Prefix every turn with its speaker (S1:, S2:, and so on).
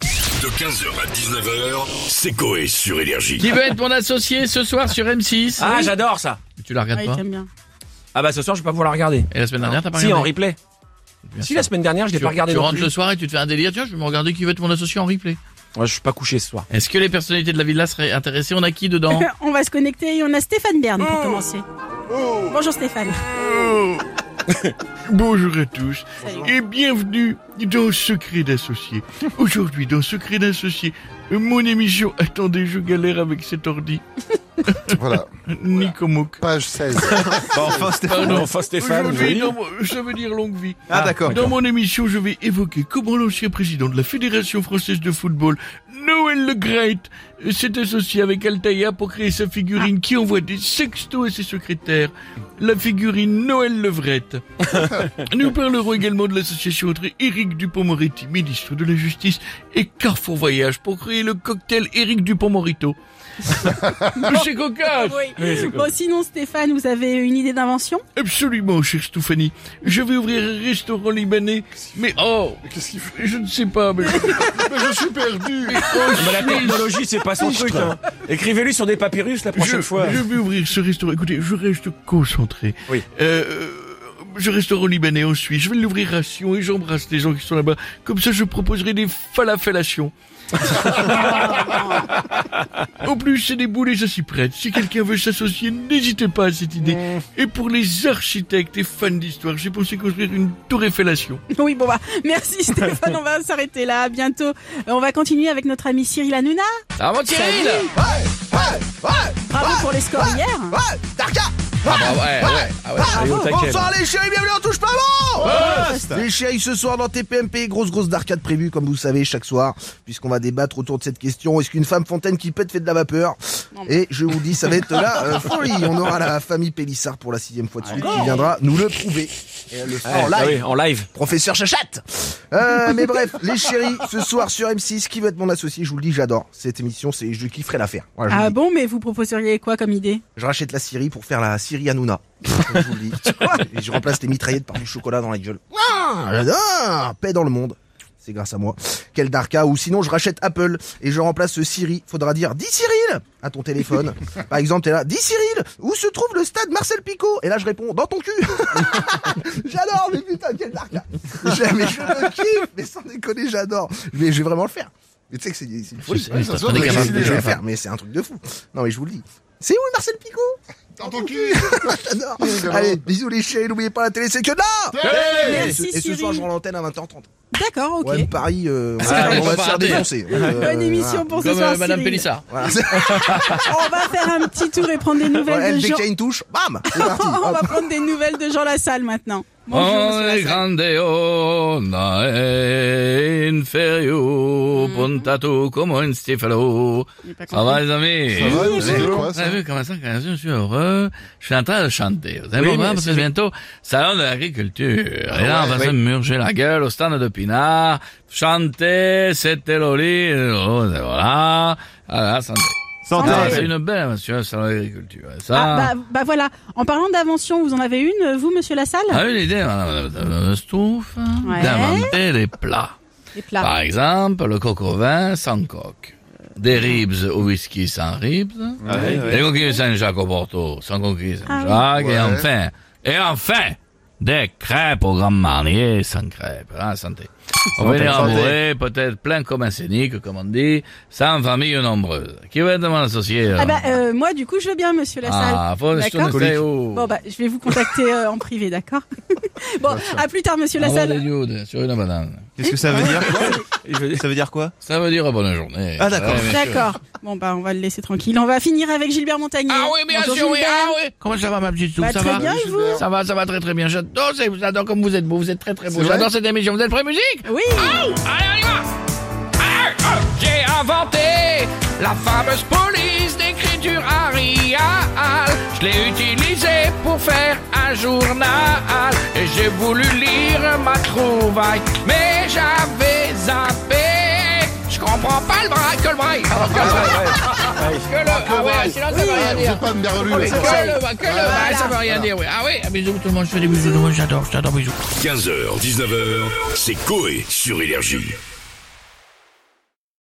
S1: De 15h à 19h, c'est Coé sur Énergie.
S2: Qui veut être mon associé ce soir sur M6
S3: Ah, j'adore ça.
S2: Tu la regardes
S4: Ouais,
S2: pas
S4: j'aime Ah, bien.
S3: Ah bah ce soir, je vais pas pouvoir la regarder.
S2: Et la semaine dernière, Eh ben, t'as pas
S3: Si, en
S2: regardé
S3: replay.
S2: Bien
S3: Si,
S2: sûr.
S3: la semaine dernière, je l'ai
S2: Tu,
S3: pas regardé
S2: tu
S3: non
S2: rentres
S3: plus.
S2: le soir et tu te fais un délire, tiens, je vais me regarder qui veut être mon associé en replay.
S3: Ouais, je suis pas couché ce soir.
S2: Est-ce que les personnalités de la villa seraient intéressées On a qui dedans
S4: On va se connecter et on a Stéphane Bern
S5: Oh.
S4: pour commencer. Bonjour Stéphane.
S6: Bonjour à tous
S4: Salut.
S6: et bienvenue dans Secret d'associé. Aujourd'hui dans Secret d'associé, mon émission Attendez, je galère avec cet ordi.
S7: Voilà,
S6: Nico Mouk.
S7: page 16.
S5: enfin, Stéphane.
S3: enfin,
S6: Aujourd'hui, dans mon- ça veut dire longue vie.
S5: Ah, d'accord.
S6: Dans mon émission, je vais évoquer comment l'ancien président de la Fédération française de football, Noël Le Great, euh, s'est associé avec Altaïa pour créer sa figurine qui envoie des sextos à ses secrétaires, la figurine Noël Levrette. Nous parlerons également de l'association entre Éric Dupont-Moretti, ministre de la Justice, et Carrefour Voyage pour créer le cocktail Éric Dupont-Morito. C'est cocasse
S4: Bon, Oh, sinon Stéphane, vous avez une idée d'invention
S6: Absolument, cher Stéphanie. Je vais ouvrir un restaurant libanais, mais oh,
S7: Qu'est-ce qu'il fait
S6: je ne sais pas, mais...
S7: Mais je suis perdu
S6: mais oh,
S3: Mais la technologie, c'est pas son truc. hein. Écrivez-lui sur des papyrus la prochaine
S6: je,
S3: fois.
S6: je vais ouvrir ce restaurant. Écoutez, je reste concentré.
S3: Oui.
S6: Euh, euh, ce restaurant libanais en Suisse, je vais l'ouvrir à Sion et j'embrasse les gens qui sont là-bas. Comme ça, je proposerai des falafellations. Au plus, c'est des boules et ça s'y prête. Si quelqu'un veut s'associer, n'hésitez pas à cette idée. Et pour les architectes et fans d'histoire, j'ai pensé construire une tour Eiffellation.
S4: Oui, bon bah, merci Stéphane, on va s'arrêter là, à bientôt. Euh, On va continuer avec notre ami Cyril Hanouna.
S2: Ah, mon Cyril
S4: Bravo pour le score hier.
S2: Ah, bah ouais, ouais, ah ouais.
S3: Allez, au taquet, là.
S5: Bonsoir les chéris, bienvenue en touche pas bon Les chéris ce soir dans TPMP, grosse grosse d'arcade prévue comme vous savez chaque soir, puisqu'on va débattre autour de cette question, est-ce qu'une femme fontaine qui pète fait de la vapeur Et je vous dis, ça va être la euh, folie, on aura la famille Pélissard pour la sixième fois de suite qui viendra nous le prouver. Et elle le fera en
S2: Eh,
S3: Ouais, bah
S5: live.
S3: oui, en live.
S5: Professeur Chachette Euh, Mais bref, les chéris, ce soir sur M6, qui veut être mon associé Je vous le dis, j'adore cette émission, c'est je kifferai la faire. Voilà, je vous le
S4: Ah
S5: dis.
S4: bon, mais vous proposeriez quoi comme idée
S5: Je rachète la Syrie pour faire la Syrie Hanouna. Comme je vous le dis. Et je remplace les mitraillettes par du chocolat dans la gueule. Ah, j'adore Paix dans le monde. C'est grâce à moi. Quel darka. Ou sinon, je rachète Apple et je remplace ce Siri. Faudra dire « Dis Cyril !» à ton téléphone. Par exemple, t'es là « Dis Cyril Où se trouve le stade Marcel Picot ?» Et là, je réponds « Dans ton cul !» J'adore, mais putain, quel darka J'aime, mais je le kiffe Mais sans déconner, j'adore Mais je vais vraiment le faire Mais tu sais que c'est c'est une folie.
S2: sais,
S5: Ouais,
S2: mais
S5: ça
S2: t'as
S5: se
S2: pas des
S5: voit, mais
S2: capables
S5: je
S2: de
S5: vais
S2: le
S5: le
S2: faire.
S5: faire, mais c'est un truc de fou Non, mais je vous le dis. C'est où Marcel Picot
S7: Dans ton cul
S5: J'adore. Allez, bisous les chiens, n'oubliez pas la télé, c'est que là et ce,
S4: Merci
S5: et ce soir, je
S4: Cyril.
S5: rends l'antenne à 20h30.
S4: D'accord, ok.
S5: Ouais, mais Paris, euh, on,
S2: Ah,
S5: va,
S2: ils
S5: on
S2: sont
S5: va se
S2: pas
S5: faire
S2: ratés.
S5: défoncer. Euh,
S4: Bonne émission pour ce
S2: Comme
S4: soir
S2: euh, Madame
S4: Cyril.
S2: Pélissard.
S5: Voilà.
S4: On va faire un petit tour et prendre des
S5: Voilà,
S4: nouvelles
S5: elle,
S4: de
S5: dès
S4: Jean.
S5: qu'il y a une touche, bam, c'est parti.
S4: On
S5: Hop. Oh,
S4: va prendre des nouvelles de Jean Lassalle maintenant. Bonjour, Monsieur
S2: Onde
S4: Lassalle.
S2: grandeona e inferio puntato como un stifalo.
S4: J'ai pas
S2: Ça va
S4: compris.
S2: les amis
S7: Ça va, mais c'est quoi
S2: Vous
S7: ça
S2: avez vu comment ça, quand je suis heureux, je suis en train de chanter. Vous avez
S3: Oui,
S2: compris,
S3: mais
S2: parce que
S3: c'est-
S2: bientôt, salon de l'agriculture. Et là,
S3: ouais,
S2: on va se
S3: ouais.
S2: murger la gueule au stand de Pinard. Chanter, c'était loli. Oh, voilà. Voilà, santé. Ah, c'est une belle, monsieur, salon de l'agriculture. Ça.
S4: Ah, bah, bah voilà, en parlant d'invention, vous en avez une, vous, monsieur Lassalle
S2: Ah oui, l'idée, madame, madame Stouff, hein,
S4: Ouais.
S2: d'inventer les plats.
S4: Les plats.
S2: Par exemple, le coq au vin sans coque. Des
S4: Ah.
S2: ribs au whisky sans ribs. Des coquilles Saint-Jacques au Porto sans coquilles
S4: Ah,
S2: Saint-Jacques. Et
S7: Ouais.
S2: enfin, et enfin, des crêpes au Grand Marnier sans crêpes. Ah, santé. On va venir
S7: santé.
S2: bourrer, peut-être plein comme un scénique, comme on dit, sans famille nombreuse. Qui va être mon associé?
S4: Ah bah euh, moi du coup je veux bien monsieur Lassalle.
S2: Ah, faut se
S4: D'accord.
S2: tourner haut.
S4: Bon bah je vais vous contacter euh, en privé, d'accord Bon, à plus tard monsieur
S2: Envoie des
S4: Lassalle.
S2: nudes sur une banane.
S5: Qu'est-ce que ça veut dire
S3: Et je-
S5: Ça veut dire quoi
S2: Ça veut dire bonne journée.
S5: Ah, d'accord.
S2: Ouais, bien sûr.
S4: D'accord. Bon bah on va le laisser tranquille. On va finir avec Gilbert Montagnier.
S2: Ah oui, bien
S4: Bonjour,
S2: sûr, oui,
S4: Gilbert.
S2: ah oui. Comment ça va, ma petite soupe
S4: Bah,
S2: Ça
S4: très
S2: va
S4: bien et vous
S2: Ça va, ça va très très bien. J'adore, c'est- j'adore comme vous êtes beau, vous êtes très très beau.
S7: C'est vrai
S2: J'adore cette émission. Vous êtes prêts, musique
S4: Oui.
S2: Allez, on y va Ah, ah, J'ai inventé la fameuse police d'écriture Arial. Je l'ai utilisée pour faire un journal. Et j'ai voulu lire ma trouvaille, mais j'avais zappé. Je comprends pas le braille, que le braille. Ah, que le braille. Que le- ah ouais, sinon ça veut rien
S7: Vous
S2: dire.
S7: êtes pas me berlu,
S2: Que
S7: là.
S2: le, que le, ah, ça veut rien dire, oui. Ah oui, bisous tout le monde, je fais des bisous tout le monde, j'adore, j'adore, bisous.
S1: 15h, 19h, c'est Coé sur Énergie.